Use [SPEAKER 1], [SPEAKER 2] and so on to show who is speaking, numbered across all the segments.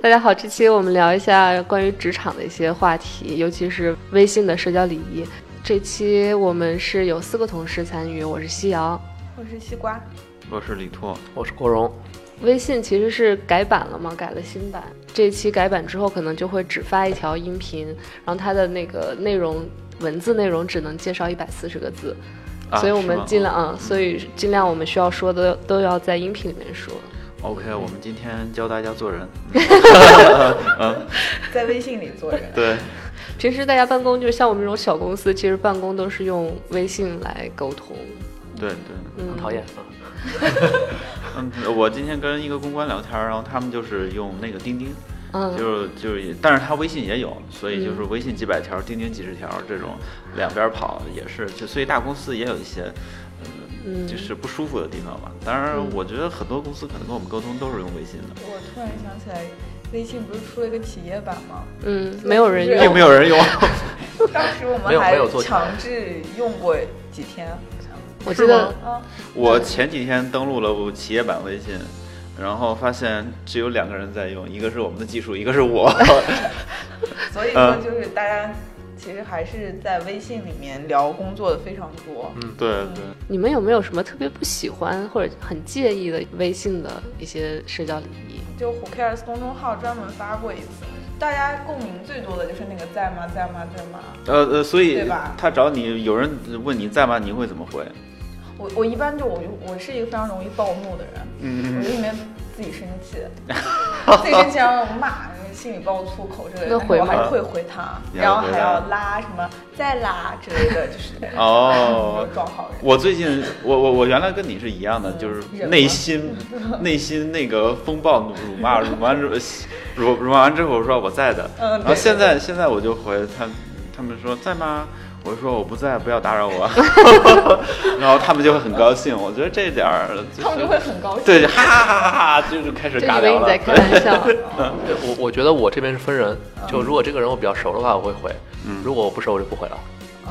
[SPEAKER 1] 大家好，这期我们聊一下关于职场的一些话题，尤其是微信的社交礼仪。这期我们是有四个同事参与，我是夕瑶。
[SPEAKER 2] 我是西瓜，
[SPEAKER 3] 我是李拓，
[SPEAKER 4] 我是郭荣，
[SPEAKER 1] 微信其实是改版了嘛，改了新版。这期改版之后，可能就会只发一条音频，然后它的那个内容文字内容只能介绍一百四十个字，
[SPEAKER 3] 啊
[SPEAKER 1] 所以我们
[SPEAKER 3] 是吗
[SPEAKER 1] 尽量，嗯，所以尽量我们需要说的都要在音频里面说。
[SPEAKER 3] 哦 OK，我们今天教大家 做人。
[SPEAKER 2] 在微信里做人。
[SPEAKER 3] 对，
[SPEAKER 1] 平时大家办公，就是像我们这种小公司，其实办公都是用微信来沟通。
[SPEAKER 3] 对对，
[SPEAKER 1] 嗯，
[SPEAKER 4] 很讨厌。啊。
[SPEAKER 3] 嗯，我今天跟一个公关聊天儿，然后他们就是用那个钉钉，
[SPEAKER 1] 嗯，
[SPEAKER 3] 就是就是也，但是他微信也有，所以就是微信几百条，钉钉几十条这种，两边跑也是，就所以大公司也有一些，
[SPEAKER 1] 嗯
[SPEAKER 3] 嗯，就是不舒服的地方吧。当然，我觉得很多公司可能跟我们沟通都是用微信的，
[SPEAKER 2] 我突然想起来，微信不是出了一个企业版吗？
[SPEAKER 1] 嗯，没有人
[SPEAKER 2] 对
[SPEAKER 3] 并
[SPEAKER 1] 用
[SPEAKER 3] 没。有人用。
[SPEAKER 2] 当时我
[SPEAKER 4] 没
[SPEAKER 2] 们
[SPEAKER 4] 有
[SPEAKER 2] 还
[SPEAKER 4] 没有做起来
[SPEAKER 2] 强制用过几天，好像
[SPEAKER 1] 我记得
[SPEAKER 4] 是吗
[SPEAKER 2] 啊，
[SPEAKER 3] 我前几天登录了我企业版微信，然后发现只有两个人在用，一个是我们的技术，一个是我。
[SPEAKER 2] 所以说就是大家其实还是在微信里面聊工作的非常多。
[SPEAKER 3] 对对。
[SPEAKER 1] 你们有没有什么特别不喜欢或者很介意的微信的一些社交礼仪？
[SPEAKER 2] 就 Who Cares 公众号专门发过一次，大家共鸣最多的就是那个在吗在吗在吗。
[SPEAKER 3] 呃呃，所以
[SPEAKER 2] 对吧
[SPEAKER 3] 他找你，有人问你在吗？你会怎么回？
[SPEAKER 2] 我我一般就我就我是一个非常容易暴怒的人，
[SPEAKER 3] 嗯
[SPEAKER 2] 我就里面自己生 气，自己生气然后骂，心里爆粗口之类
[SPEAKER 1] 那
[SPEAKER 2] 的，
[SPEAKER 1] 回
[SPEAKER 2] 但是我还
[SPEAKER 3] 吗
[SPEAKER 2] 是会回他，
[SPEAKER 3] 你还
[SPEAKER 2] 然后
[SPEAKER 3] 会回
[SPEAKER 2] 还
[SPEAKER 3] 他
[SPEAKER 2] 要拉什么再拉之类的，就是那种
[SPEAKER 3] 哦
[SPEAKER 2] 装好人。
[SPEAKER 3] 我最近，我我我原来跟你是一样的，
[SPEAKER 2] 嗯
[SPEAKER 3] 就是
[SPEAKER 2] 忍
[SPEAKER 3] 内
[SPEAKER 2] 吗
[SPEAKER 3] 心内心那个风暴辱骂，辱完之后，辱辱骂完之后，我说我在的，
[SPEAKER 2] 嗯
[SPEAKER 3] 然后
[SPEAKER 2] 对
[SPEAKER 3] 现在现在我就回他，他们说在吗？我说我不在，不要打扰 我，然后他们就会很高兴。我觉得这点儿就
[SPEAKER 2] 他们就是会很高兴。
[SPEAKER 3] 对，哈哈哈哈哈，就是开始
[SPEAKER 1] 就
[SPEAKER 3] 尬
[SPEAKER 1] 以为
[SPEAKER 3] 聊
[SPEAKER 1] 你
[SPEAKER 3] 了。
[SPEAKER 1] 在开玩笑。
[SPEAKER 4] 对我我觉得我这边是分人，
[SPEAKER 2] 嗯
[SPEAKER 4] 就如果这个人我比较熟的话，我会回；
[SPEAKER 3] 嗯
[SPEAKER 4] 如果我不熟，我就不回了。
[SPEAKER 2] 哦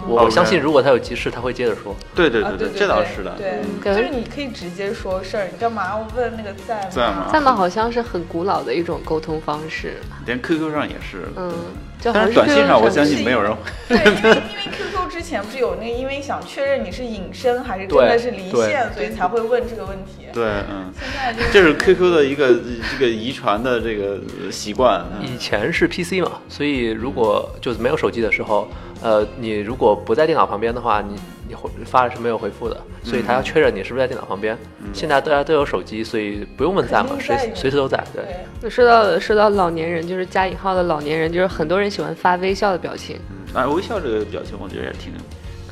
[SPEAKER 4] 我我
[SPEAKER 3] OK
[SPEAKER 4] 相信，如果他有急事，他会接着说。
[SPEAKER 3] 对对
[SPEAKER 2] 啊，对
[SPEAKER 3] 这倒是的。
[SPEAKER 2] 对，
[SPEAKER 1] 感
[SPEAKER 2] 就
[SPEAKER 1] 觉
[SPEAKER 2] 是嗯你可以直接说事儿，你干嘛问那个在吗？
[SPEAKER 3] 在吗
[SPEAKER 1] 赞吗？好像是很古老的一种沟通方式，
[SPEAKER 3] 连 QQ 上也是。
[SPEAKER 1] 嗯，就好
[SPEAKER 3] 但
[SPEAKER 1] 像
[SPEAKER 3] 是短信上，我
[SPEAKER 1] QQ
[SPEAKER 3] 相信没有人
[SPEAKER 2] 对， 因为因为 QQ 之前不是有那个，因为想确认你是隐身还是真的
[SPEAKER 4] 对
[SPEAKER 2] 是离
[SPEAKER 4] 对
[SPEAKER 2] 线，所以才会问这个问题。
[SPEAKER 3] 对，嗯，
[SPEAKER 2] 现在就是
[SPEAKER 3] 这是 QQ 的一个这个遗传的这个呃习惯。嗯
[SPEAKER 4] 以前是 PC 嘛，所以如果就是没有手机的时候，呃，你如果不在电脑旁边的话，你你回发是没有回复的，所以他
[SPEAKER 3] 嗯
[SPEAKER 4] 要确认你是不是在电脑旁边。现在大家都有手机，所以不用问在嘛，
[SPEAKER 2] 肯定
[SPEAKER 4] 随
[SPEAKER 2] 在用
[SPEAKER 4] 随时都在。对，
[SPEAKER 2] 对。
[SPEAKER 1] 说到说到老年人，就是加引号的老年人，就是很多人喜欢发微笑的表情。
[SPEAKER 3] 嗯哎，微笑这个表情，我觉得也挺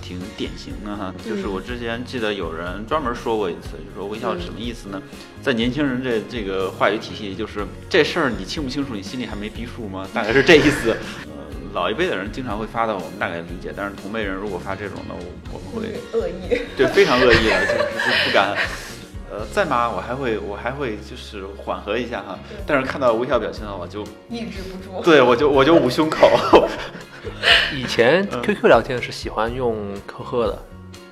[SPEAKER 3] 挺典型的哈。
[SPEAKER 2] 嗯
[SPEAKER 3] 就是我之前记得有人专门说过一次，就说微笑是
[SPEAKER 2] 嗯
[SPEAKER 3] 什么意思呢？在年轻人这这个话语体系，就是这事儿你清不清楚，你心里还没逼数吗？大概是这意思。 呃，老一辈的人经常会发的，我们大概理解。但是同辈人如果发这种的，我我们会
[SPEAKER 2] 恶意，
[SPEAKER 3] 对，非常恶意了，啊就是不不敢。呃，在吗？我还会，我还会就是缓和一下哈。但是看到微笑表情呢，我就
[SPEAKER 2] 抑制不住。
[SPEAKER 3] 对我就我就捂胸口。
[SPEAKER 4] 以前
[SPEAKER 3] 嗯
[SPEAKER 4] QQ 聊天是喜欢用呵呵的，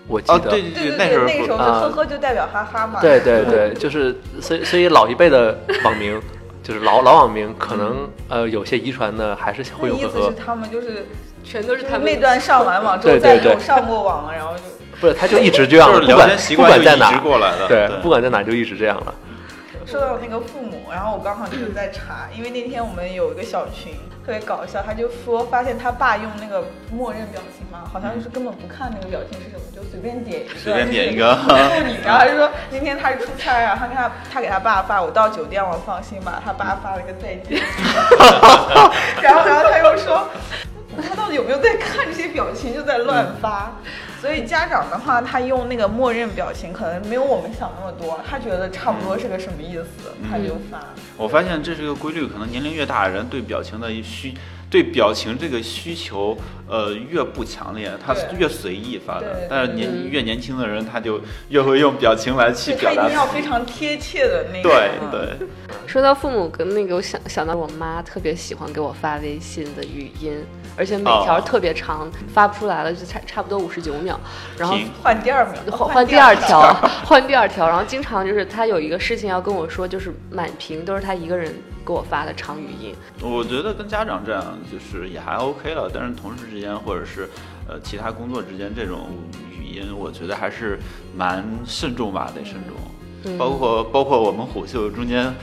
[SPEAKER 4] 我记
[SPEAKER 3] 哦，
[SPEAKER 4] 得。
[SPEAKER 3] 对对
[SPEAKER 2] 对对
[SPEAKER 3] 那
[SPEAKER 2] 对，那个时
[SPEAKER 3] 时
[SPEAKER 2] 候
[SPEAKER 3] 候
[SPEAKER 2] 就
[SPEAKER 4] 啊
[SPEAKER 2] 呵呵就代表哈哈 嘛。
[SPEAKER 4] 对对对，就是所以所以老一辈的网民，就是老老网民，可能呃有些遗传的还是
[SPEAKER 2] 嗯那
[SPEAKER 4] 会用
[SPEAKER 2] 意
[SPEAKER 4] 呵
[SPEAKER 2] 思
[SPEAKER 4] 呵
[SPEAKER 2] 是，他们就是
[SPEAKER 1] 全都是
[SPEAKER 2] 就
[SPEAKER 1] 他
[SPEAKER 2] 是
[SPEAKER 1] 们
[SPEAKER 2] 那段上完网之后
[SPEAKER 4] 对
[SPEAKER 2] 再
[SPEAKER 4] 对
[SPEAKER 2] 有
[SPEAKER 4] 对
[SPEAKER 2] 上过网了，然后就
[SPEAKER 4] 不是他就一直这样
[SPEAKER 3] 就
[SPEAKER 4] 了，
[SPEAKER 3] 是聊天
[SPEAKER 4] 不管
[SPEAKER 3] 习
[SPEAKER 4] 不
[SPEAKER 3] 惯就
[SPEAKER 4] 管
[SPEAKER 3] 一
[SPEAKER 4] 在哪
[SPEAKER 3] 直，过来的。
[SPEAKER 4] 对，不管在哪就一直这样了。
[SPEAKER 2] 说到那个父母，然后我刚好就是在查，因为那天我们有一个小群特别搞笑，他就说发现他爸用那个默认表情嘛，好像就是根本不看那个表情是什么，就随便点一个，
[SPEAKER 3] 随便点一个
[SPEAKER 2] 就是妇女，然后他就说今天他是出差啊，他给他他给他爸发，我到酒店了，放心吧，他爸发了个再 见，然后然后他又说。他到底有没有在看这些表情，就在乱发。所以家长的话，他用那个默认表情，可能没有我们想那么多，他觉得差不多是个什么意思，他就发。
[SPEAKER 3] 我发现这是一个规律，可能年龄越大，人对表情的需对表情这个需求，呃，越不强烈，他
[SPEAKER 2] 对
[SPEAKER 3] 越随意发
[SPEAKER 2] 对
[SPEAKER 3] 的
[SPEAKER 2] 对。
[SPEAKER 3] 但是年
[SPEAKER 1] 嗯
[SPEAKER 3] 越年轻的人，他就越会用表情来去
[SPEAKER 2] 对他一
[SPEAKER 3] 表达
[SPEAKER 2] 定要
[SPEAKER 3] 自
[SPEAKER 2] 非
[SPEAKER 3] 己。
[SPEAKER 2] 常贴切的那个。嗯
[SPEAKER 3] 对对。
[SPEAKER 1] 说到父母跟那个，我想想到我妈特别喜欢给我发微信的语音，而且每条
[SPEAKER 3] 哦
[SPEAKER 1] 特别长，发不出来了就差差不多五十九秒，然后
[SPEAKER 3] 停
[SPEAKER 2] 换第二秒，
[SPEAKER 1] 换换第二。 条，换第二条，然后经常就是他有一个事情要跟我说，就是满屏都是他一个人给我发的长语音。
[SPEAKER 3] 我觉得跟家长这样就是也还 OK 了，但是同事之间或者是呃其他工作之间这种语音，我觉得还是蛮慎重吧，得慎
[SPEAKER 1] 嗯
[SPEAKER 2] 嗯
[SPEAKER 3] 重。包括包括我们虎嗅中间，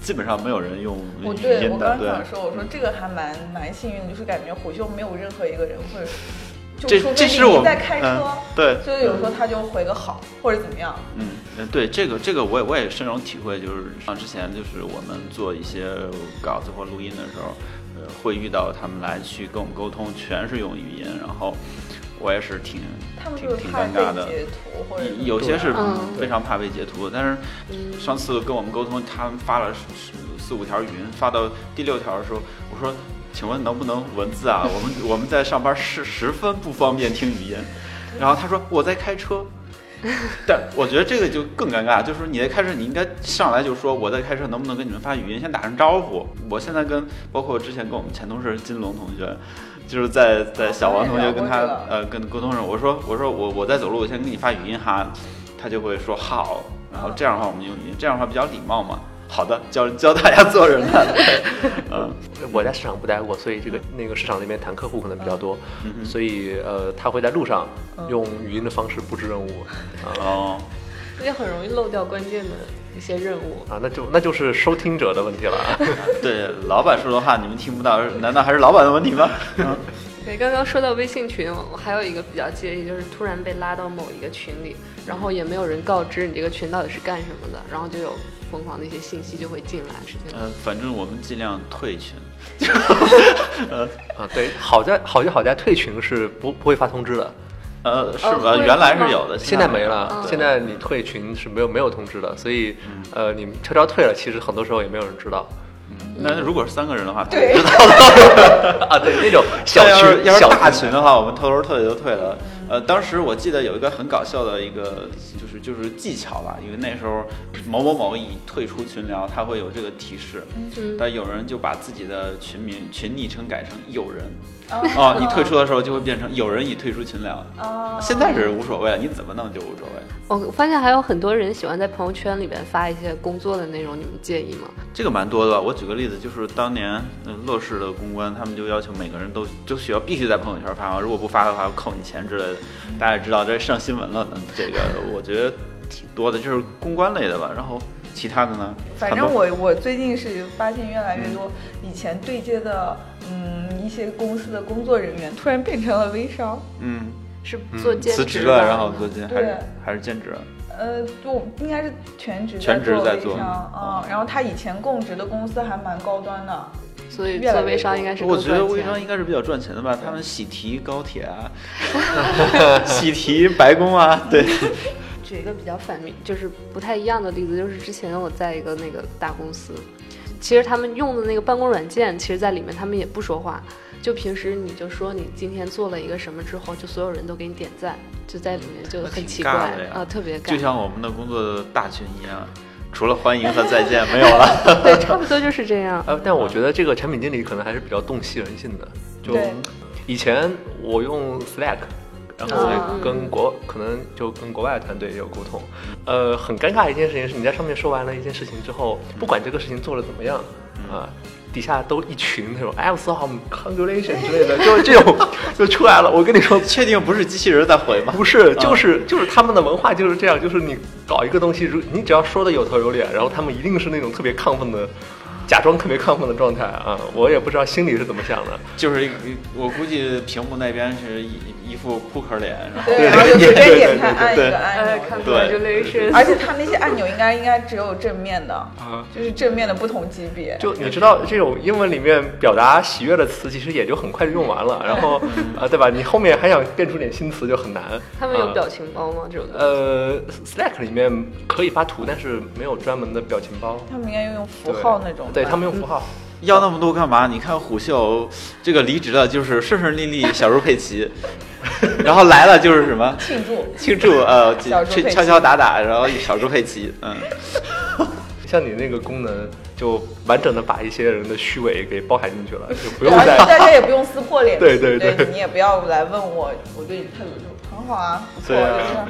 [SPEAKER 3] 基本上没有人用语
[SPEAKER 2] 我
[SPEAKER 3] 音
[SPEAKER 2] 对我
[SPEAKER 3] 的，
[SPEAKER 2] 刚
[SPEAKER 3] 对
[SPEAKER 2] 刚，想说，我说这个还蛮蛮幸运的，就是感觉虎嗅没有任何一个人会，就
[SPEAKER 3] 这
[SPEAKER 2] 除非
[SPEAKER 3] 这
[SPEAKER 2] 你
[SPEAKER 3] 是我们
[SPEAKER 2] 在开
[SPEAKER 3] 嗯
[SPEAKER 2] 车，
[SPEAKER 3] 对，
[SPEAKER 2] 所以有时候他就回个好或者怎么样，
[SPEAKER 3] 嗯，呃对，这个这个我也我也深有体会，就是像之前就是我们做一些稿子或录音的时候，呃，会遇到他们来去跟我们沟通，全是用语音，然后我也是挺
[SPEAKER 2] 他们
[SPEAKER 3] 挺
[SPEAKER 2] 就是
[SPEAKER 3] 挺
[SPEAKER 2] 怕
[SPEAKER 3] 尴
[SPEAKER 2] 被
[SPEAKER 3] 尬的。
[SPEAKER 2] 截图或者怎么啊嗯
[SPEAKER 3] 有些是
[SPEAKER 1] 嗯
[SPEAKER 3] 非常怕被截图，但是上次跟我们沟通，他们发了十四五条语音，发到第六条的时候，我说：“请问能不能文字啊？ 我们我们在上班十十分不方便听语音。”然后他说：“我在开车。”但我觉得这个就更尴尬，就是你在开车，你应该上来就说我在开车，能不能跟你们发语音，先打声招呼。我现在跟包括之前跟我们前同事金龙同学，就是在在小王同学跟他
[SPEAKER 2] 我也聊过这个
[SPEAKER 3] 呃跟沟通上，我说我说我我在走路，我先给你发语音哈，他就会说好，然后这样的话我们用语音，这样的话比较礼貌嘛。好的，教教大家做人了， 嗯，
[SPEAKER 4] 我在市场不待过，所以这个那个市场那边谈客户可能比较多，
[SPEAKER 3] 嗯哼
[SPEAKER 4] 所以呃，他会在路上
[SPEAKER 2] 嗯
[SPEAKER 4] 用语音的方式布置任务啊
[SPEAKER 3] 哦，
[SPEAKER 1] 也很容易漏掉关键的一些任务。
[SPEAKER 4] 啊，那就那就是收听者的问题了 啊。
[SPEAKER 3] 对，老板说的话你们听不到，难道还是老板的问题吗？嗯
[SPEAKER 1] 对，刚刚说到微信群，我还有一个比较介意，就是突然被拉到某一个群里，然后也没有人告知你这个群到底是干什么的，然后就有疯狂的一些信息就会进来，是这样。
[SPEAKER 3] 嗯，反正我们尽量退群。
[SPEAKER 4] 啊，对，好在好就好在退群是不不会发通知的，
[SPEAKER 3] 呃，是
[SPEAKER 1] 呃
[SPEAKER 3] 吧？
[SPEAKER 1] 会
[SPEAKER 3] 原来
[SPEAKER 1] 吗
[SPEAKER 3] 是有的，
[SPEAKER 4] 现在没了，
[SPEAKER 1] 嗯
[SPEAKER 4] 现在你退群是没有没有通知的，所以呃，你悄悄退了，其实很多时候也没有人知道
[SPEAKER 3] 嗯那如果是三个人的话，
[SPEAKER 2] 对，
[SPEAKER 4] 啊。对， 那种小
[SPEAKER 3] 但要是
[SPEAKER 4] 群
[SPEAKER 3] 要是
[SPEAKER 4] 小
[SPEAKER 3] 大
[SPEAKER 4] 群
[SPEAKER 3] 群的话，我们偷偷退就退了。呃，当时我记得有一个很搞笑的一个，就是就是技巧吧，因为那时候某某某已退出群聊，它会有这个提示，
[SPEAKER 1] 嗯
[SPEAKER 3] 但有人就把自己的群名群昵称改成有人，
[SPEAKER 2] 啊
[SPEAKER 3] 哦，你退出的时候就会变成有人已退出群聊。
[SPEAKER 2] 啊，
[SPEAKER 3] 现在是无所谓了，你怎么弄就无所谓。
[SPEAKER 1] 我发现还有很多人喜欢在朋友圈里面发一些工作的内容，你们介意吗？
[SPEAKER 3] 这个蛮多的。我举个例子，就是当年嗯乐视的公关，他们就要求每个人都就需要必须在朋友圈发，如果不发的话扣你钱之类的。大家也知道这上新闻了，这个我觉得挺多的，就是公关类的吧。然后其他的呢，
[SPEAKER 2] 反
[SPEAKER 3] 很
[SPEAKER 2] 正
[SPEAKER 3] 多
[SPEAKER 2] 我我最近是发现越来越多以前对接的嗯一些公司的工作人员突然变成了微商，
[SPEAKER 3] 嗯
[SPEAKER 1] 是做兼职
[SPEAKER 3] 辞职了，
[SPEAKER 1] 吧
[SPEAKER 3] 然后做兼还是
[SPEAKER 2] 对
[SPEAKER 3] 还是兼职，
[SPEAKER 2] 呃，就应该是全职
[SPEAKER 3] 全职在
[SPEAKER 2] 微
[SPEAKER 3] 做
[SPEAKER 2] 商啊、
[SPEAKER 3] 哦
[SPEAKER 2] 然后他以前供职的公司还蛮高端的，
[SPEAKER 1] 所以
[SPEAKER 2] 越来
[SPEAKER 1] 做
[SPEAKER 2] 越
[SPEAKER 1] 微商
[SPEAKER 2] 多
[SPEAKER 1] 应该是
[SPEAKER 3] 我
[SPEAKER 1] 更
[SPEAKER 3] 觉得
[SPEAKER 1] 赚
[SPEAKER 3] 微
[SPEAKER 1] 钱
[SPEAKER 3] 商。应该是比较赚钱的吧，他们喜提高铁啊， 喜提白宫啊，对，
[SPEAKER 1] 举一个比较反面，就是不太一样的例子，就是之前我在一个那个大公司，其实他们用的那个办公软件，其实在里面他们也不说话，就平时你就说你今天做了一个什么之后，就所有人都给你点赞，就在里面就
[SPEAKER 3] 那
[SPEAKER 1] 很
[SPEAKER 3] 挺
[SPEAKER 1] 奇怪
[SPEAKER 3] 嗯尬的呀
[SPEAKER 1] 啊，特别尬
[SPEAKER 3] 就，像我们的工作大群一样，除了欢迎和再见没有了。
[SPEAKER 1] 对，差不多就是这样。
[SPEAKER 4] 呃，但我觉得这个产品经理可能还是比较洞悉人性的。就
[SPEAKER 2] 对
[SPEAKER 4] 以前我用 Slack，然后
[SPEAKER 1] 嗯
[SPEAKER 4] 跟国、可能就跟国外的团队也有沟通。呃，很尴尬的一件事情是，你在上面说完了一件事情之后，不管这个事情做的怎么样啊。底下都一群那种哎 I'm so congratulation 之类的，就这种就出来了。我跟你说，
[SPEAKER 3] 确定不是机器人在回吗？
[SPEAKER 4] 不
[SPEAKER 2] 啊
[SPEAKER 4] 是，就是就是他们的文化就是这样，就是你搞一个东西，如你只要说的有头有脸，然后他们一定是那种特别亢奋的，假装特别亢奋的状态啊，我也不知道心里是怎么想的。
[SPEAKER 3] 就是一个我估计屏幕那边是一一副扑克脸，然后
[SPEAKER 2] 对，然后 就
[SPEAKER 4] 对
[SPEAKER 2] 随便
[SPEAKER 4] 对
[SPEAKER 2] 点
[SPEAKER 4] 对
[SPEAKER 2] 开按
[SPEAKER 4] 对
[SPEAKER 2] 一
[SPEAKER 3] 对
[SPEAKER 2] 个
[SPEAKER 1] 哎
[SPEAKER 2] 按钮，
[SPEAKER 1] ，congratulations，
[SPEAKER 2] 而且他那些按钮应该应该只有正面的，
[SPEAKER 4] 啊
[SPEAKER 2] 就是正面的不同级别。
[SPEAKER 4] 就你知道，这种英文里面表达喜悦的词，其实也就很快就用完了，然后啊，对吧？你后面还想变出点新词就很难。
[SPEAKER 1] 他们有
[SPEAKER 4] 啊
[SPEAKER 1] 表情包吗？这种东西
[SPEAKER 4] 呃，Slack 里面可以发图，但是没有专门的表情包。
[SPEAKER 2] 他们应该用符
[SPEAKER 4] 对
[SPEAKER 2] 号那种吧，
[SPEAKER 4] 对他们用符号。
[SPEAKER 3] 要那么多干嘛？你看虎嗅这个离职了就是顺顺利利，小猪 佩奇，然后来了就是什么
[SPEAKER 2] 庆祝。
[SPEAKER 3] 庆祝呃
[SPEAKER 2] 小猪佩奇
[SPEAKER 3] 敲敲打打，然后小猪佩奇，嗯，
[SPEAKER 4] 像你那个功能，就完整的把一些人的虚伪给包含进 去了，就不
[SPEAKER 2] 对
[SPEAKER 4] 用
[SPEAKER 2] 而且大
[SPEAKER 4] 再。
[SPEAKER 2] 家也不用撕破脸皮，
[SPEAKER 4] 对对对
[SPEAKER 2] 你也不要来问我，我对你态度就很好啊，不错，
[SPEAKER 3] 对
[SPEAKER 2] 就是
[SPEAKER 3] 啊，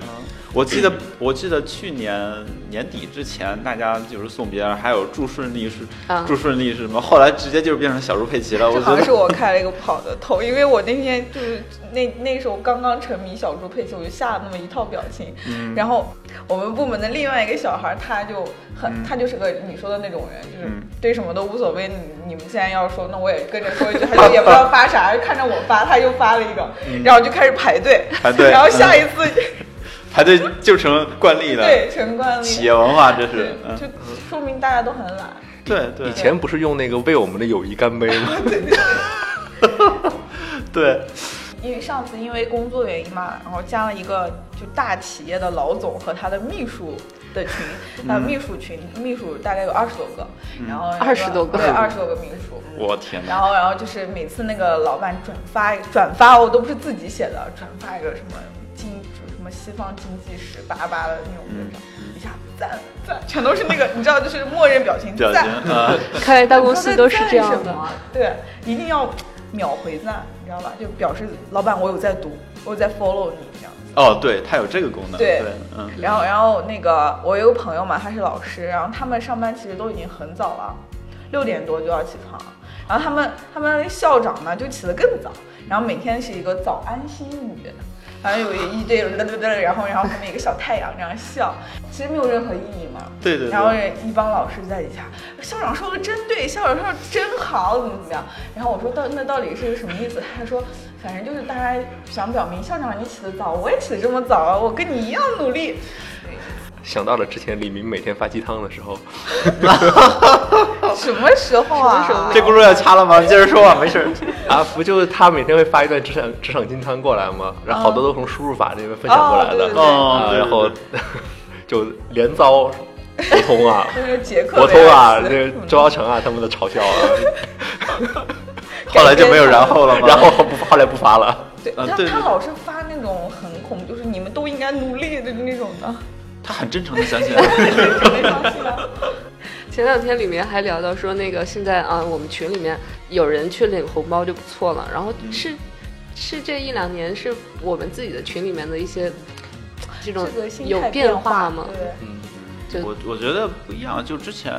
[SPEAKER 3] 我记得我记得去年年底之前，大家就是送别人，还有祝顺利是
[SPEAKER 1] 啊
[SPEAKER 3] 祝顺利是什么？后来直接就变成小猪 佩奇了。我
[SPEAKER 2] 这嗯
[SPEAKER 3] 觉
[SPEAKER 2] 好像是
[SPEAKER 3] 得
[SPEAKER 2] 我开了一个跑的头，因为我那天就是那那时候刚刚沉迷小猪佩奇，我就下了那么一套表情。然后我们部门的另外一个小孩，他就很、他就是个你说的那种人，就是
[SPEAKER 3] 嗯
[SPEAKER 2] 对什么都无所谓。你你们既然要说，那我也跟着说一句，他就也不知道发啥，就看着我发，他又发了一个，然后就开始排队，
[SPEAKER 3] 排队
[SPEAKER 2] 然后下一次、
[SPEAKER 3] 排队就成惯例了。
[SPEAKER 2] 对陈冠
[SPEAKER 3] 企
[SPEAKER 2] 霖
[SPEAKER 3] 业。文化这
[SPEAKER 2] 对
[SPEAKER 3] 是，，嗯，
[SPEAKER 2] 就说明大家都很懒。
[SPEAKER 3] 对对
[SPEAKER 4] 以前不是用那个为我们的友谊干杯吗？
[SPEAKER 3] 对，
[SPEAKER 2] 因为上次因为工作原因嘛，然后加了一个就大企业的老总和他的秘书的群，
[SPEAKER 3] 嗯
[SPEAKER 2] 那秘书群秘书大概有二十多个，然后
[SPEAKER 1] 20多个
[SPEAKER 2] 对二十多个秘书。
[SPEAKER 3] 我天
[SPEAKER 2] 然
[SPEAKER 3] 哪，
[SPEAKER 2] 后，然后就是每次那个老板转发转发，我都不是自己写的，转发一个什么经什么西方经济史巴巴的那种文章，
[SPEAKER 3] 嗯
[SPEAKER 2] 一下赞赞，全都是那个你知道，就是默认表情
[SPEAKER 3] 表情
[SPEAKER 2] 赞，
[SPEAKER 3] 啊，
[SPEAKER 1] 看来大公司都是这样
[SPEAKER 2] 呃你知道在赞什
[SPEAKER 1] 的
[SPEAKER 2] 么。啊对，一定要秒回赞，你知道吧？就表示老板我有在读，我有在 follow 你这样子。
[SPEAKER 3] 哦，对，它有这个功能，
[SPEAKER 2] 对
[SPEAKER 3] 对，嗯，
[SPEAKER 2] 然后，然后那个我有个朋友嘛，他是老师，然后他们上班其实都已经很早了，六点多就要起床。然后他们他们校长呢就起得更早，然后每天是一个早安心语，反正有一一堆人噔噔噔，然后然后他们一个小太阳这样笑，其实没有任何意义嘛。
[SPEAKER 3] 对对
[SPEAKER 2] 然后
[SPEAKER 3] 对，
[SPEAKER 2] 人一帮老师在底下，校长说的真对，校长说的真好，怎么怎么样。然后我说到那到底是个什么意思？他说，反正就是大家想表明校长你起得早，我也起得这么早啊，我跟你一样努力。
[SPEAKER 4] 想到了之前李明每天发鸡汤的时候，
[SPEAKER 2] 什么时候啊？
[SPEAKER 1] 什么时候
[SPEAKER 3] 这轱辘要掐了吗？接着说吧，没事 儿。
[SPEAKER 4] 啊，不就是他每天会发一段职场职场金汤过来吗？然后好多都从输入法那边分享过来
[SPEAKER 2] 哦对对
[SPEAKER 4] 的，
[SPEAKER 2] 对
[SPEAKER 4] 啊，
[SPEAKER 3] 哦
[SPEAKER 4] 然后就连 遭博通啊、
[SPEAKER 2] 就是杰克
[SPEAKER 4] 博
[SPEAKER 2] 韦
[SPEAKER 4] 通啊、
[SPEAKER 2] 尔斯
[SPEAKER 4] 那
[SPEAKER 2] 什么
[SPEAKER 4] 个
[SPEAKER 2] 的
[SPEAKER 4] 周小成啊他们的嘲笑啊，
[SPEAKER 3] 后来就没有然后了吗？
[SPEAKER 4] 然后不后来不发了。
[SPEAKER 2] 对，
[SPEAKER 3] 啊
[SPEAKER 2] 他
[SPEAKER 3] 对
[SPEAKER 2] 他
[SPEAKER 3] 对
[SPEAKER 2] 老是发那种很恐怖，就是你们都应该努力的那种 的，
[SPEAKER 3] 他很真诚的相信啊了，
[SPEAKER 2] 没关系的。
[SPEAKER 1] 前两天里面还聊到说，那个现在啊，我们群里面有人去领红包就不错了。然后是、是这一两年是我们自己的群里面的一些这种
[SPEAKER 2] 这个心态
[SPEAKER 1] 有
[SPEAKER 2] 变
[SPEAKER 1] 化吗？
[SPEAKER 2] 对，
[SPEAKER 4] 嗯，
[SPEAKER 1] 就
[SPEAKER 3] 我我觉得不一样，就之前，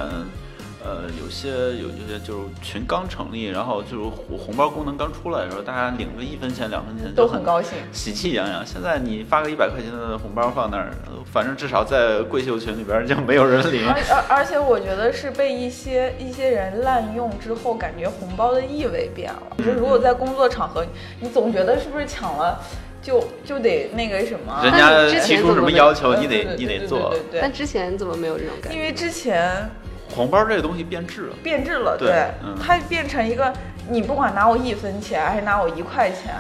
[SPEAKER 3] 呃，有些有有些就是群刚成立，然后就是红红包功能刚出来的时候，大家领个一分钱、两分钱
[SPEAKER 2] 都
[SPEAKER 3] 很
[SPEAKER 2] 很高兴。
[SPEAKER 3] 喜气洋洋。现在你发个一百块钱的红包放那儿，呃反正至少在贵秀群里边儿就没有人领。
[SPEAKER 2] 而而而且我觉得是被一些一些人滥用之后，感觉红包的意味变了。就是如果在工作场合，你总觉得是不是抢了就就得那个什么？啊呃
[SPEAKER 3] 人
[SPEAKER 1] 那
[SPEAKER 3] 家
[SPEAKER 1] 你之前
[SPEAKER 3] 提出什么要求，你得
[SPEAKER 2] 对对对
[SPEAKER 3] 你得
[SPEAKER 2] 对
[SPEAKER 3] 做
[SPEAKER 2] 对。对对
[SPEAKER 1] 但之前怎么没有这种感
[SPEAKER 2] 对，
[SPEAKER 1] 觉？
[SPEAKER 2] 因为之前
[SPEAKER 3] 红包这个东西变质了，
[SPEAKER 2] 变质了，
[SPEAKER 3] 对嗯
[SPEAKER 2] 它变成一个你不管拿我一分钱还是拿我一块钱，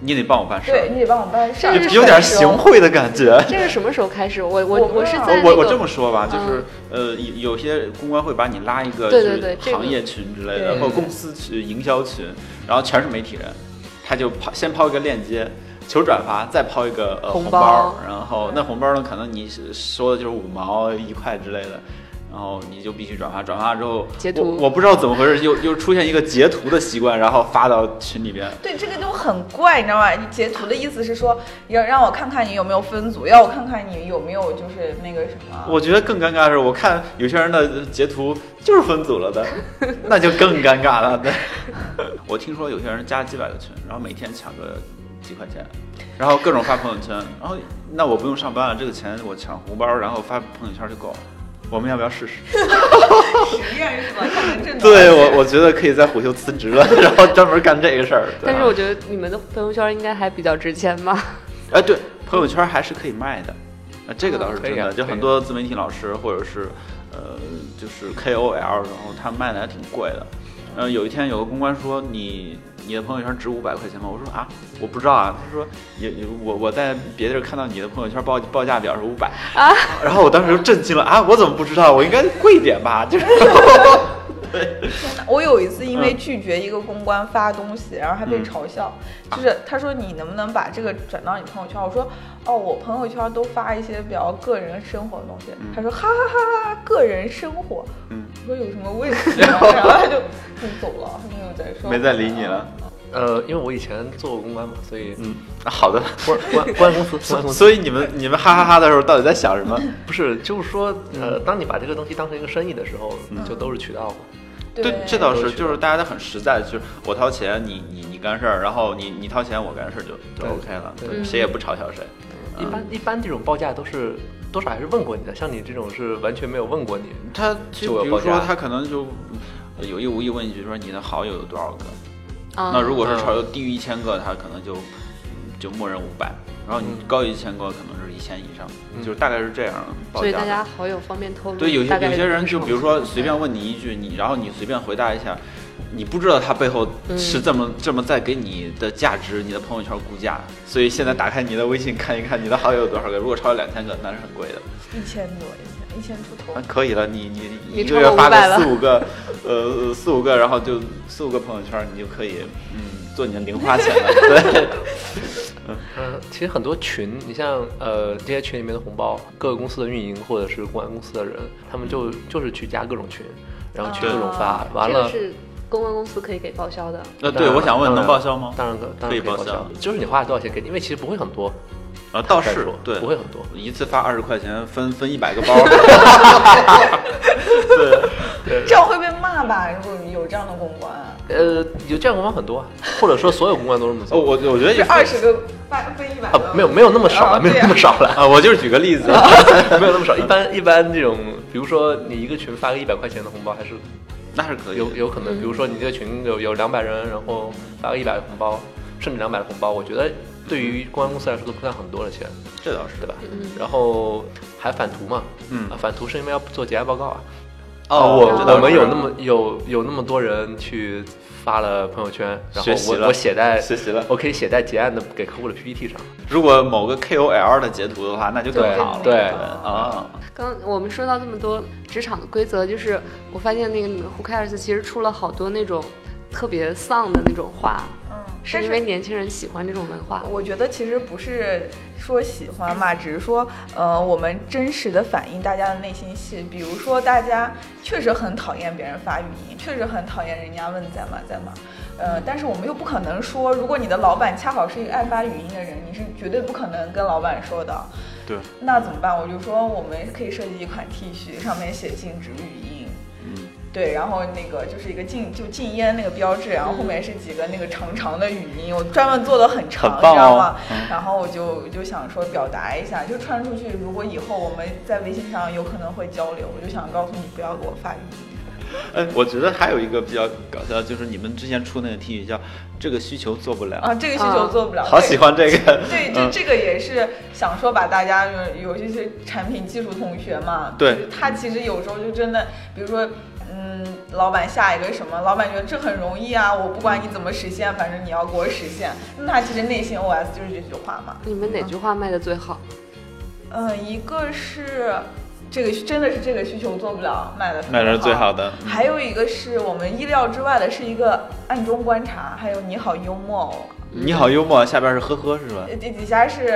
[SPEAKER 3] 你得帮我办事
[SPEAKER 2] 对
[SPEAKER 3] 儿，
[SPEAKER 2] 你得帮我办事儿
[SPEAKER 1] 这是。
[SPEAKER 3] 有有点
[SPEAKER 1] 什
[SPEAKER 3] 行
[SPEAKER 1] 么
[SPEAKER 3] 贿的感觉。
[SPEAKER 1] 这是什么时候开始？我我
[SPEAKER 2] 我不知
[SPEAKER 1] 是
[SPEAKER 2] 道
[SPEAKER 1] 在、那个、
[SPEAKER 3] 啊
[SPEAKER 1] 嗯
[SPEAKER 3] 我我这么说吧，就是呃，有有些公关会把你拉一个就
[SPEAKER 1] 对对对
[SPEAKER 3] 是
[SPEAKER 1] 这个
[SPEAKER 3] 行业群之类
[SPEAKER 2] 对
[SPEAKER 3] 的，或者公司群、营销群，然后全是媒体人，他就抛先抛一个链接。求转发，再抛一个呃
[SPEAKER 1] 红
[SPEAKER 3] 红
[SPEAKER 1] 包
[SPEAKER 3] 然后那红包呢，可能你是说的就是五毛一块之类的，然后你就必须转发，转发之后
[SPEAKER 1] 截图
[SPEAKER 3] 我我不知道怎么回事，又又出现一个截图的习惯，然后发到群里边，
[SPEAKER 2] 对，这个就很怪，你知道吧？你截图的意思是说，要让我看看你有没有分组，要我看看你有没有就是那个什么。
[SPEAKER 3] 我觉得更尴尬的是，我看有些人的截图就是分组 了的，那就更尴尬了。对， 我听说有些人加几百个群，然后每天抢个几块钱，然后各种发朋友圈，然后那我不用上班了，这个钱我抢红包，然后发朋友圈就够了。我们要不要试试？
[SPEAKER 2] 实验是吧？看看这
[SPEAKER 3] 对 我，我觉得可以在虎嗅辞职了，然后专门干这个事儿。对吧
[SPEAKER 1] 但是我觉得你们的朋友圈应该还比较值钱吧？
[SPEAKER 3] 哎，对，朋友圈还是可以卖的，啊，这个倒是
[SPEAKER 4] 可以
[SPEAKER 3] 真的，
[SPEAKER 4] 啊
[SPEAKER 3] 就
[SPEAKER 4] 可以
[SPEAKER 3] 很
[SPEAKER 4] 啊
[SPEAKER 3] 多自媒体老师或者是呃，就是 KOL，然后他卖的还挺贵的。呃，有一天有个公关说你你的朋友圈值五百块钱吗？我说啊，我不知道啊。他说也也我我在别地儿看到你的朋友圈报报价表是五百
[SPEAKER 1] 啊，
[SPEAKER 3] 然后我当时就震惊了啊，我怎么不知道？我应该贵一点吧？
[SPEAKER 4] 嗯
[SPEAKER 3] 就是
[SPEAKER 2] 我有一次因为
[SPEAKER 3] 嗯
[SPEAKER 2] 拒绝一个公关发东西，然后还被
[SPEAKER 3] 嗯
[SPEAKER 2] 嘲笑，就是他说你能不能把这个转到你朋友圈？我说哦，我朋友圈都发一些比较个人生活的东西。他说哈哈哈哈，个人生活。
[SPEAKER 3] 嗯，
[SPEAKER 2] 我说有什么问题吗？然后他就就走了，他没有再说。
[SPEAKER 3] 没再理你了。
[SPEAKER 4] 呃，因为我以前做过公关嘛，所以
[SPEAKER 3] 嗯，好的。
[SPEAKER 4] 公关公关公司，公关公司
[SPEAKER 3] 所以你们你们哈哈哈的时候到底在想什么？
[SPEAKER 4] 不是就是说，呃，
[SPEAKER 3] 嗯
[SPEAKER 4] 当你把这个东西当成一个生意的时候，就都是渠道嘛。
[SPEAKER 3] 对，这倒
[SPEAKER 4] 都
[SPEAKER 3] 是，
[SPEAKER 4] 是
[SPEAKER 3] 就是大家都很实在，就是我掏钱，你你你干事儿，然后你你掏钱，我干事儿就就
[SPEAKER 4] 对
[SPEAKER 3] OK 了，
[SPEAKER 4] 对
[SPEAKER 1] 嗯
[SPEAKER 3] 对谁也不嘲笑谁。
[SPEAKER 4] 一般一般这种报价都是多少还是问过你的，像你这种是完全没有问过你。
[SPEAKER 3] 他就
[SPEAKER 4] 就有
[SPEAKER 3] 比如
[SPEAKER 4] 报价
[SPEAKER 3] 说，他可能就呃有意无意问一句说你的好友有多少个？
[SPEAKER 1] 啊，
[SPEAKER 3] 那如果是
[SPEAKER 4] 嗯
[SPEAKER 3] 超低于一千个，他可能就嗯就默认五百，然后你
[SPEAKER 4] 嗯
[SPEAKER 3] 高于一千个，可能是一千以上，
[SPEAKER 4] 嗯
[SPEAKER 3] 就是大概是这样报
[SPEAKER 1] 所以
[SPEAKER 3] 价
[SPEAKER 1] 大
[SPEAKER 3] 的。
[SPEAKER 1] 家好友方面透露，
[SPEAKER 3] 对，有些
[SPEAKER 1] 大概
[SPEAKER 3] 有些人就
[SPEAKER 1] 多
[SPEAKER 3] 比如说随便问你一句，你然后你随便回答一下，你不知道他背后
[SPEAKER 1] 嗯
[SPEAKER 3] 是这么、这么在给你的价值、你的朋友圈估价。所以现在打开你的微信看一看你的好友有多少个，如果超过两千个，那是很贵的。
[SPEAKER 2] 一千多，一千一千出头
[SPEAKER 4] 啊
[SPEAKER 3] 那。可以了，你你
[SPEAKER 1] 你
[SPEAKER 3] 一
[SPEAKER 1] 超过
[SPEAKER 3] 个月
[SPEAKER 1] 500
[SPEAKER 3] 发个
[SPEAKER 1] 了
[SPEAKER 3] 四五个，呃四五个，然后就四五个朋友圈，你就可以嗯做你的零花钱了。 对，
[SPEAKER 4] 嗯，其实很多群，你像呃这些群里面的红包，各个公司的运营或者是公关公司的人，他们
[SPEAKER 3] 嗯
[SPEAKER 4] 就就是去加各种群，然后去
[SPEAKER 1] 对
[SPEAKER 4] 各种发，完
[SPEAKER 1] 这个
[SPEAKER 4] 了。
[SPEAKER 1] 是公关公司可以给报销的，
[SPEAKER 3] 那对，我想问
[SPEAKER 4] 当然
[SPEAKER 3] 能报销吗？
[SPEAKER 4] 当然可，当然
[SPEAKER 3] 可以
[SPEAKER 4] 报
[SPEAKER 3] 报销
[SPEAKER 4] 就是你花了多少钱给你，因为其实不会很多，
[SPEAKER 3] 啊，倒
[SPEAKER 4] 再
[SPEAKER 3] 是
[SPEAKER 4] 说
[SPEAKER 3] 对，
[SPEAKER 4] 不会很多。
[SPEAKER 3] 一次发二十块钱，分分一百个 包。对，
[SPEAKER 2] 这样会被骂吧？如果你有这样的公关，啊
[SPEAKER 4] 呃，有这样公关很多，啊，或者说所有公关都这么
[SPEAKER 3] 哦，
[SPEAKER 4] 做。
[SPEAKER 3] 我我觉得
[SPEAKER 2] 这
[SPEAKER 3] 也
[SPEAKER 2] 二十个分分一百
[SPEAKER 4] 啊，没有没有那么少了，没有那么少了，
[SPEAKER 3] 哦 啊，我就是举个例子，
[SPEAKER 4] 没有那么少。一般一般这种，比如说你一个群发个一百块钱的红包，还是
[SPEAKER 3] 那是可以的。
[SPEAKER 4] 有有可能。比如说你这个群有有两百人，然后发个一百红包，甚至两百的红包，我觉得对于公关公司来说都不算很多的钱，
[SPEAKER 3] 这倒是
[SPEAKER 4] 对吧？
[SPEAKER 1] 嗯
[SPEAKER 4] 然后还返图嘛，
[SPEAKER 3] 嗯
[SPEAKER 4] 啊，返图是因为要做节假报告啊。
[SPEAKER 3] 哦，
[SPEAKER 1] 知
[SPEAKER 3] 我
[SPEAKER 1] 道
[SPEAKER 4] 我我们
[SPEAKER 1] 知道
[SPEAKER 4] 有那么有有那么多人去发了朋友圈，然后
[SPEAKER 3] 学习
[SPEAKER 4] 我
[SPEAKER 3] 了
[SPEAKER 4] 我写在
[SPEAKER 3] 学习了。
[SPEAKER 4] 我可以写在结案的给客户的 PPT 上。
[SPEAKER 3] 哎如果某个 KOL 的截图的话，那就更
[SPEAKER 4] 对
[SPEAKER 3] 好了。
[SPEAKER 4] 对
[SPEAKER 3] 啊，
[SPEAKER 1] 刚我们说到这么多职场的规则，就是我发现那个你们 Who Cares 其实出了好多那种特别丧的那种话，
[SPEAKER 2] 嗯，
[SPEAKER 1] 是
[SPEAKER 2] 但
[SPEAKER 1] 因为年轻人喜欢这种文化。
[SPEAKER 2] 我觉得其实不是说喜欢吧，只是说，呃，我们真实的反映大家的内心戏。比如说，大家确实很讨厌别人发语音，确实很讨厌人家问在吗在吗，呃，但是我们又不可能说，如果你的老板恰好是一个爱发语音的人，你是绝对不可能跟老板说的。
[SPEAKER 3] 对，
[SPEAKER 2] 那怎么办？我就说我们可以设计一款 T 恤，上面写禁止语音。
[SPEAKER 3] 嗯，
[SPEAKER 2] 对，然后那个就是一个禁就禁烟那个标志，然后后面是几个那个长长的语音，我专门做的很长，
[SPEAKER 3] 很棒
[SPEAKER 2] 你知道
[SPEAKER 3] 哦
[SPEAKER 2] 吗？
[SPEAKER 3] 嗯
[SPEAKER 2] 然后我就我就想说表达一下，就传出去，如果以后我们在微信上有可能会交流，我就想告诉你不要给我发语音。
[SPEAKER 3] 哎，我觉得还有一个比较搞笑，就是你们之前出那个 T 恤叫“这个需求做不了”，
[SPEAKER 2] 啊，这个需求做不了，
[SPEAKER 3] 好喜欢这个。
[SPEAKER 2] 对，
[SPEAKER 3] 嗯
[SPEAKER 2] 这这个也是想说把大家呃有这些产品技术同学嘛，
[SPEAKER 3] 对
[SPEAKER 2] 就是他其实有时候就真的，比如说，嗯，老板下一个什么，老板觉得这很容易啊，我不管你怎么实现，反正你要给我实现，那他其实内心 OS 就是这句话嘛，
[SPEAKER 1] 你们哪句话卖的最好？
[SPEAKER 2] 嗯，一个是这个真的是这个需求做不了，卖的
[SPEAKER 3] 那是最好的。嗯
[SPEAKER 2] 还有一个是我们意料之外的，是一个暗中观察，还有你好幽默哦，
[SPEAKER 3] 你好幽默，啊下边是呵呵是吧？
[SPEAKER 2] 呃底底下是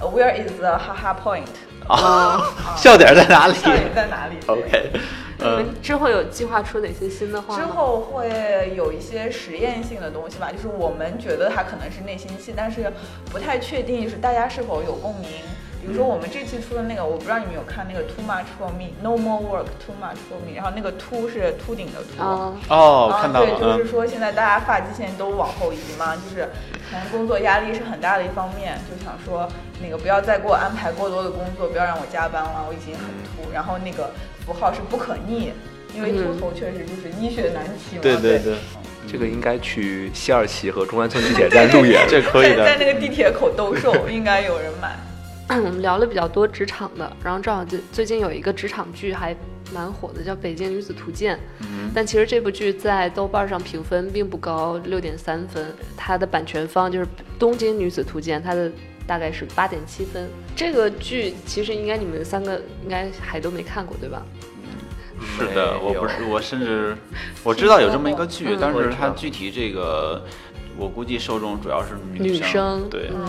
[SPEAKER 2] 呃 Where is the 哈哈 point？
[SPEAKER 3] 啊，笑点在哪里
[SPEAKER 2] 笑点在哪里对
[SPEAKER 3] ？OK，
[SPEAKER 1] 你
[SPEAKER 3] 嗯，
[SPEAKER 1] 们之后有计划出哪些新的话吗？
[SPEAKER 2] 呃之后会有一些实验性的东西吧，就是我们觉得它可能是内心戏，但是不太确定是大家是否有共鸣。比如说我们这期出的那个，我不知道你们有看那个 Too Much for Me, No More Work, Too Much for Me，然后那个 Too 是秃顶的秃。
[SPEAKER 1] 啊，
[SPEAKER 3] 哦，
[SPEAKER 2] 啊
[SPEAKER 3] 看到了，
[SPEAKER 2] 对，就
[SPEAKER 3] 嗯
[SPEAKER 2] 是，说现在大家发际线都往后移嘛，就是可能工作压力是很大的一方面，就想说那个不要再给我安排过多的工作，不要让我加班了，我已经很秃。然后那个符号是不可逆，因为秃头确实就是医学难题嘛。
[SPEAKER 3] 对对
[SPEAKER 2] 对嗯
[SPEAKER 3] 对，
[SPEAKER 4] 这个应该去西二旗和中关村地 铁站路演。
[SPEAKER 3] 这可以
[SPEAKER 2] 在在
[SPEAKER 3] 的。
[SPEAKER 2] 那个地铁口兜 售，应该有人买。
[SPEAKER 1] 我们 聊了比较多职场的，然后正好最最近有一个职场剧还蛮火的，叫《北京女子图鉴》。
[SPEAKER 3] 嗯
[SPEAKER 1] 但其实这部剧在豆瓣上评分并不高，六点三分。它的版权方就是《东京女子图鉴》，它的大概是八点七分。这个剧其实应该你们三个应该还都没看过，对吧？
[SPEAKER 3] 是的，我不
[SPEAKER 4] 没
[SPEAKER 3] 是，
[SPEAKER 4] 有
[SPEAKER 3] 我甚至我知道有这么一个剧
[SPEAKER 1] 哎嗯，
[SPEAKER 3] 但
[SPEAKER 4] 我
[SPEAKER 3] 是
[SPEAKER 4] 知道
[SPEAKER 3] 它具体这个，我估计受众主要是
[SPEAKER 1] 女生
[SPEAKER 3] 对，
[SPEAKER 1] 嗯
[SPEAKER 2] 嗯，
[SPEAKER 1] 《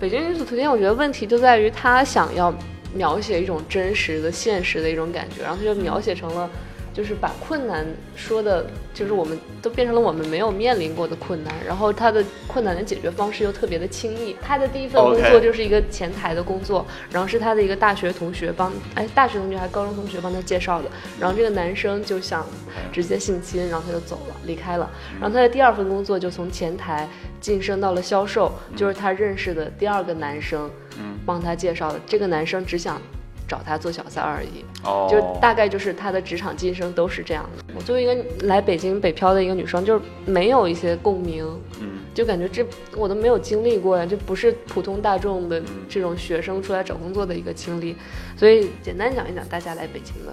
[SPEAKER 1] 北京女子图鉴》，我觉得问题就在于他想要描写一种真实的、现实的一种感觉，然后他就描写成了就是把困难说的，就是我们都变成了我们没有面临过的困难，然后他的困难的解决方式又特别的轻易。他的第一份工
[SPEAKER 3] OK
[SPEAKER 1] 作就是一个前台的工作然后是他的一个大学同学帮，哎，大学同学还是高中同学帮他介绍的，然后这个男生就想直接性侵，然后他就走了，离开了。然后他的第二份工作就从前台晋升到了销售，就是他认识的第二个男生
[SPEAKER 3] 嗯，
[SPEAKER 1] 帮他介绍的。这个男生只想找他做小三儿而已，
[SPEAKER 3] 哦，
[SPEAKER 1] 就大概就是他的职场晋升都是这样的。我作为一个来北京北漂的一个女生，就是没有一些共鸣，
[SPEAKER 3] 嗯
[SPEAKER 1] 就感觉这我都没有经历过呀，这不是普通大众的这种学生出来找工作的一个经历。所以简单讲一讲大家来北京的，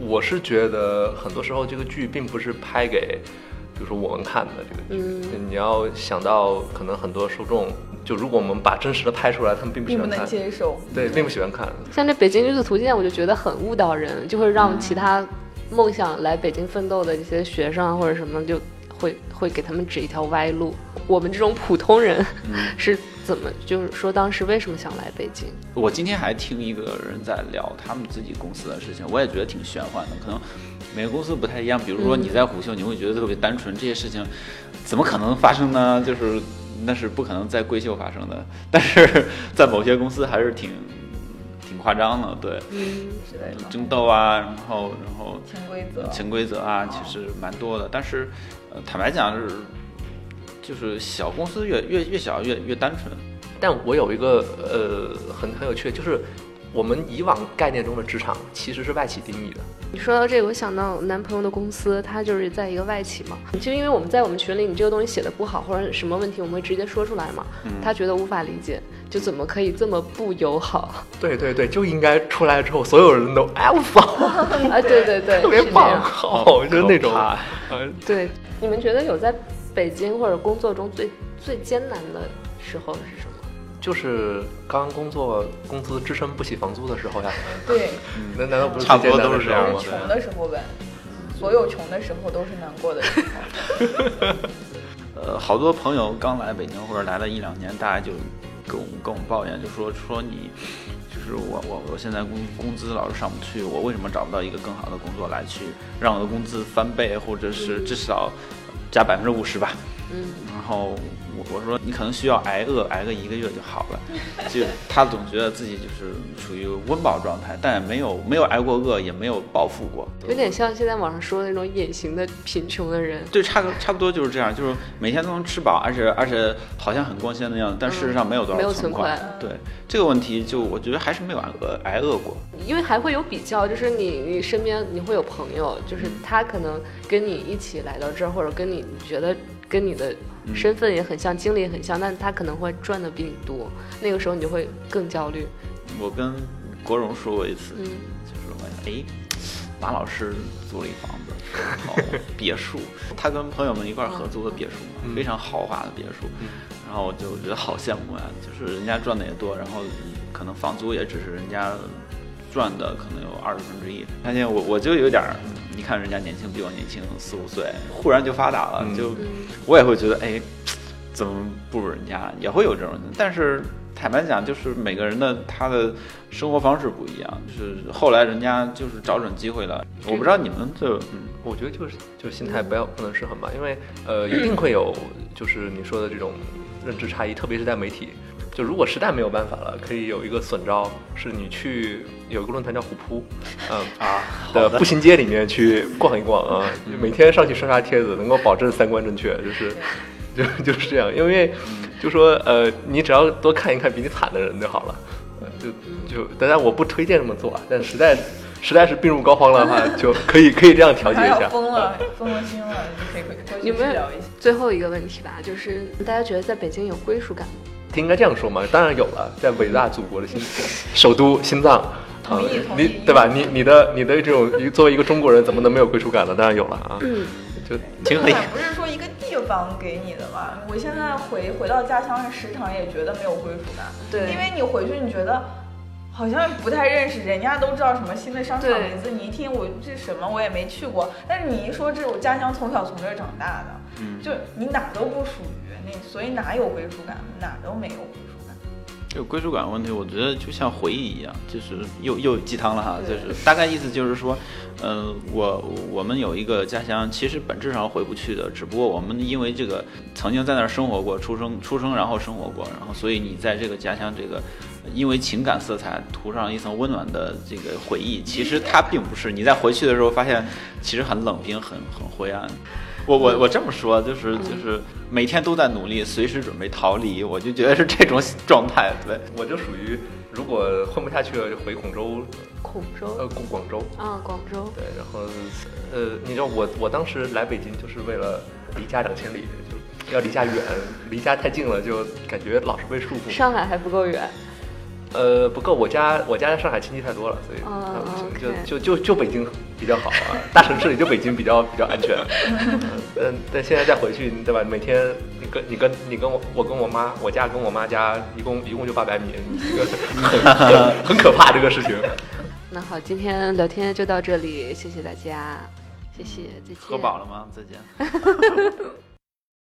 [SPEAKER 4] 我是觉得很多时候这个剧并不是拍给，比如说我们看的这个剧，
[SPEAKER 1] 嗯
[SPEAKER 4] 你要想到可能很多受众，就如果我们把真实的拍出来，他们并不喜
[SPEAKER 2] 并不
[SPEAKER 4] 欢
[SPEAKER 2] 能
[SPEAKER 4] 看，
[SPEAKER 2] 接受。
[SPEAKER 4] 对，并不喜欢看。
[SPEAKER 1] 像这《北京女子图鉴》，我就觉得很误导人，就会让其他梦想来北京奋斗的一些学生啊或者什么，就会会给他们指一条歪路。我们这种普通人
[SPEAKER 3] 嗯，
[SPEAKER 1] 是怎么，就是说当时为什么想来北京？
[SPEAKER 3] 我今天还听一个人在聊他们自己公司的事情，我也觉得挺玄幻的。可能每个公司不太一样，比如说
[SPEAKER 1] 嗯
[SPEAKER 3] 你在虎嗅，你会觉得特别单纯，这些事情怎么可能发生呢？就是那是不可能在贵秀发生的， 但是在某些公司还是挺挺夸张的，对，
[SPEAKER 1] 嗯，
[SPEAKER 2] 之类的，
[SPEAKER 3] 争斗啊，然后然后
[SPEAKER 2] 潜规则。
[SPEAKER 3] 潜规则啊，其实蛮多的。但是，呃，坦白讲，就是就是小公司越越越小越越单纯。
[SPEAKER 4] 但我有一个呃很很有趣的，就是我们以往概念中的职场其实是外企定义的，
[SPEAKER 1] 你说到这个，我想到我男朋友的公司，他就是在一个外企嘛，就因为我们在我们群里，你这个东西写的不好或者什么问题，我们会直接说出来嘛，
[SPEAKER 4] 嗯
[SPEAKER 3] 嗯
[SPEAKER 1] 他觉得无法理解，就怎么可以这么不友 好？
[SPEAKER 4] 对对对，就应该出来之后，所有人都哎我操，
[SPEAKER 1] 啊，对对对，
[SPEAKER 4] 特别
[SPEAKER 1] 是这
[SPEAKER 4] 棒，
[SPEAKER 1] 样。
[SPEAKER 4] 好，就是那种
[SPEAKER 3] 可怕
[SPEAKER 1] 对，你们觉得有在北京或者工作中最最艰难的时候是什么？
[SPEAKER 4] 就是刚工作工资支撑不起房租的时候呀，
[SPEAKER 2] 对，
[SPEAKER 4] 那难道不
[SPEAKER 3] 嗯
[SPEAKER 4] 是
[SPEAKER 3] 差不多
[SPEAKER 4] 最艰难
[SPEAKER 3] 都
[SPEAKER 4] 的
[SPEAKER 3] 是
[SPEAKER 4] 时
[SPEAKER 3] 这
[SPEAKER 4] 候
[SPEAKER 3] 样
[SPEAKER 4] 吗
[SPEAKER 2] 就是穷的时候呗。所有穷的时候都是难过的时候。
[SPEAKER 3] 呃，好多朋友刚来北京或者来了一两年，大家就跟我们跟我们抱怨，就说说你，就是我我我现在工工资老是上不去，我为什么找不到一个更好的工作来去让我的工资翻倍，或者是至少加百分之五十吧？
[SPEAKER 1] 嗯，
[SPEAKER 3] 然后我我说你可能需要挨饿，挨个一个月就好了。就他总觉得自己就是处于温饱状态，但也没有没有挨过饿，也没有暴富过，
[SPEAKER 1] 有点像现在网上说的那种隐形的贫穷的人。
[SPEAKER 3] 对，差个差不多就是这样，就是每天都能吃饱，而且而且好像很光鲜的样子，但事实上没有多
[SPEAKER 1] 嗯没
[SPEAKER 3] 少
[SPEAKER 1] 有
[SPEAKER 3] 存
[SPEAKER 1] 存
[SPEAKER 3] 款。
[SPEAKER 1] 款
[SPEAKER 3] 对这个问题，就我觉得还是没有挨饿挨饿过。
[SPEAKER 1] 因为还会有比较，就是你你身边你会有朋友，
[SPEAKER 2] 嗯
[SPEAKER 1] 就是他可能跟你一起来到这儿，或者跟你你觉得跟你的身份也很像，经历也很像，但他可能会赚的比你多，那个时候你就会更焦虑。
[SPEAKER 3] 我跟国荣说过一次，
[SPEAKER 1] 嗯
[SPEAKER 3] 就是我哎，马老师租了一房子，好别 墅，他跟朋友们一块儿合租的别墅嘛，
[SPEAKER 4] 嗯
[SPEAKER 3] 非常豪华的别墅。
[SPEAKER 4] 嗯
[SPEAKER 3] 然后我就觉得好羡慕啊，就是人家赚的也多，然后可能房租也只是人家赚的可能有二十分之一。嗯发现我我就有点儿，你看人家年轻比我年轻四五岁，忽然就发达了，
[SPEAKER 4] 嗯
[SPEAKER 3] 就
[SPEAKER 1] 嗯
[SPEAKER 3] 我也会觉得哎，怎么不如人家？也会有这种人，但是坦白讲，就是每个人的他的生活方式不一样，就是后来人家就是找准机会了。我不知道你们就嗯
[SPEAKER 4] 我觉得就是就是心态不要不能失衡吧，因为呃一定会有就是你说的这种认知差异，特别是在媒体。就如果实在没有办法了，可以有一个损招，是你去有一个论坛叫虎扑，嗯
[SPEAKER 3] 啊，
[SPEAKER 4] 的步行街里面去逛一逛啊，就每天上去刷刷帖子，能够保证三观正确，就是 就就是这样，因为就说呃，你只要多看一看比你惨的人就好了，呃就就当然我不推荐这么做，啊，但实在实在是病入膏肓了的话，就可以可以这样调节
[SPEAKER 2] 还
[SPEAKER 4] 一
[SPEAKER 2] 要
[SPEAKER 4] 下。
[SPEAKER 2] 疯了，疯了心了，你可以回回去
[SPEAKER 1] 有没
[SPEAKER 2] 治
[SPEAKER 1] 有
[SPEAKER 2] 疗一下。
[SPEAKER 1] 最后一个问题吧，就是大家觉得在北京有归属感吗？
[SPEAKER 4] 应该这样说嘛，当然有了，在伟大祖国的心，首都心脏。
[SPEAKER 2] 同意
[SPEAKER 4] 呃
[SPEAKER 2] 同意
[SPEAKER 4] 你对吧？你你的你的这种作为一个中国人，怎么能没有归属感呢？当然有了啊，就
[SPEAKER 3] 挺
[SPEAKER 2] 不
[SPEAKER 3] 狠。
[SPEAKER 2] 不是说一个地方给你的嘛。我现在回回到家乡时常也觉得没有归属感，
[SPEAKER 1] 对
[SPEAKER 2] 因为你回去你觉得好像不太认识，人家都知道什么新的商场
[SPEAKER 1] 对
[SPEAKER 2] 名字，你一听我这什么我也没去过，但是你一说这我家乡从小从这儿长大的，
[SPEAKER 3] 嗯
[SPEAKER 2] 就你哪都不属于，那所以哪有归属感，哪都没有归属感。
[SPEAKER 3] 这个归属感问题，我觉得就像回忆一样，就是又又鸡汤了哈，就是大概意思就是说，嗯、我我们有一个家乡，其实本质上回不去的，只不过我们因为这个曾经在那儿生活过，出生出生然后生活过，然后所以你在这个家乡这个。因为情感色彩涂上一层温暖的这个回忆，其实它并不是。你在回去的时候发现，其实很冷冰，很很灰暗。我我我这么说，就是就是每天都在努力，随时准备逃离，我就觉得是这种 状态。对，
[SPEAKER 4] 我就属于如果混不下去了就回广州，
[SPEAKER 1] 孔州
[SPEAKER 2] 哦
[SPEAKER 4] 呃广广州，
[SPEAKER 1] 啊，广州，
[SPEAKER 4] 对，然后呃，你知道我我当时来北京就是为了离家两千里，就要离家远，离家太近了就感觉老是被束缚。
[SPEAKER 1] 上海还不够远。
[SPEAKER 4] 呃，不够，我家我家在上海亲戚太多了，所以、
[SPEAKER 1] 哦
[SPEAKER 4] 嗯
[SPEAKER 1] OK
[SPEAKER 4] 就就就就北京比较好啊，大城市里就北京比较比较安 全。嗯，但现在再回去，对吧？每天你跟你跟你跟我我跟我妈，我家跟我妈家一共一共就八百米， 这个很很很可怕这个事情。
[SPEAKER 1] 那好，今天聊天就到这里，谢谢大家，谢谢，再见。
[SPEAKER 3] 喝饱了吗？再见。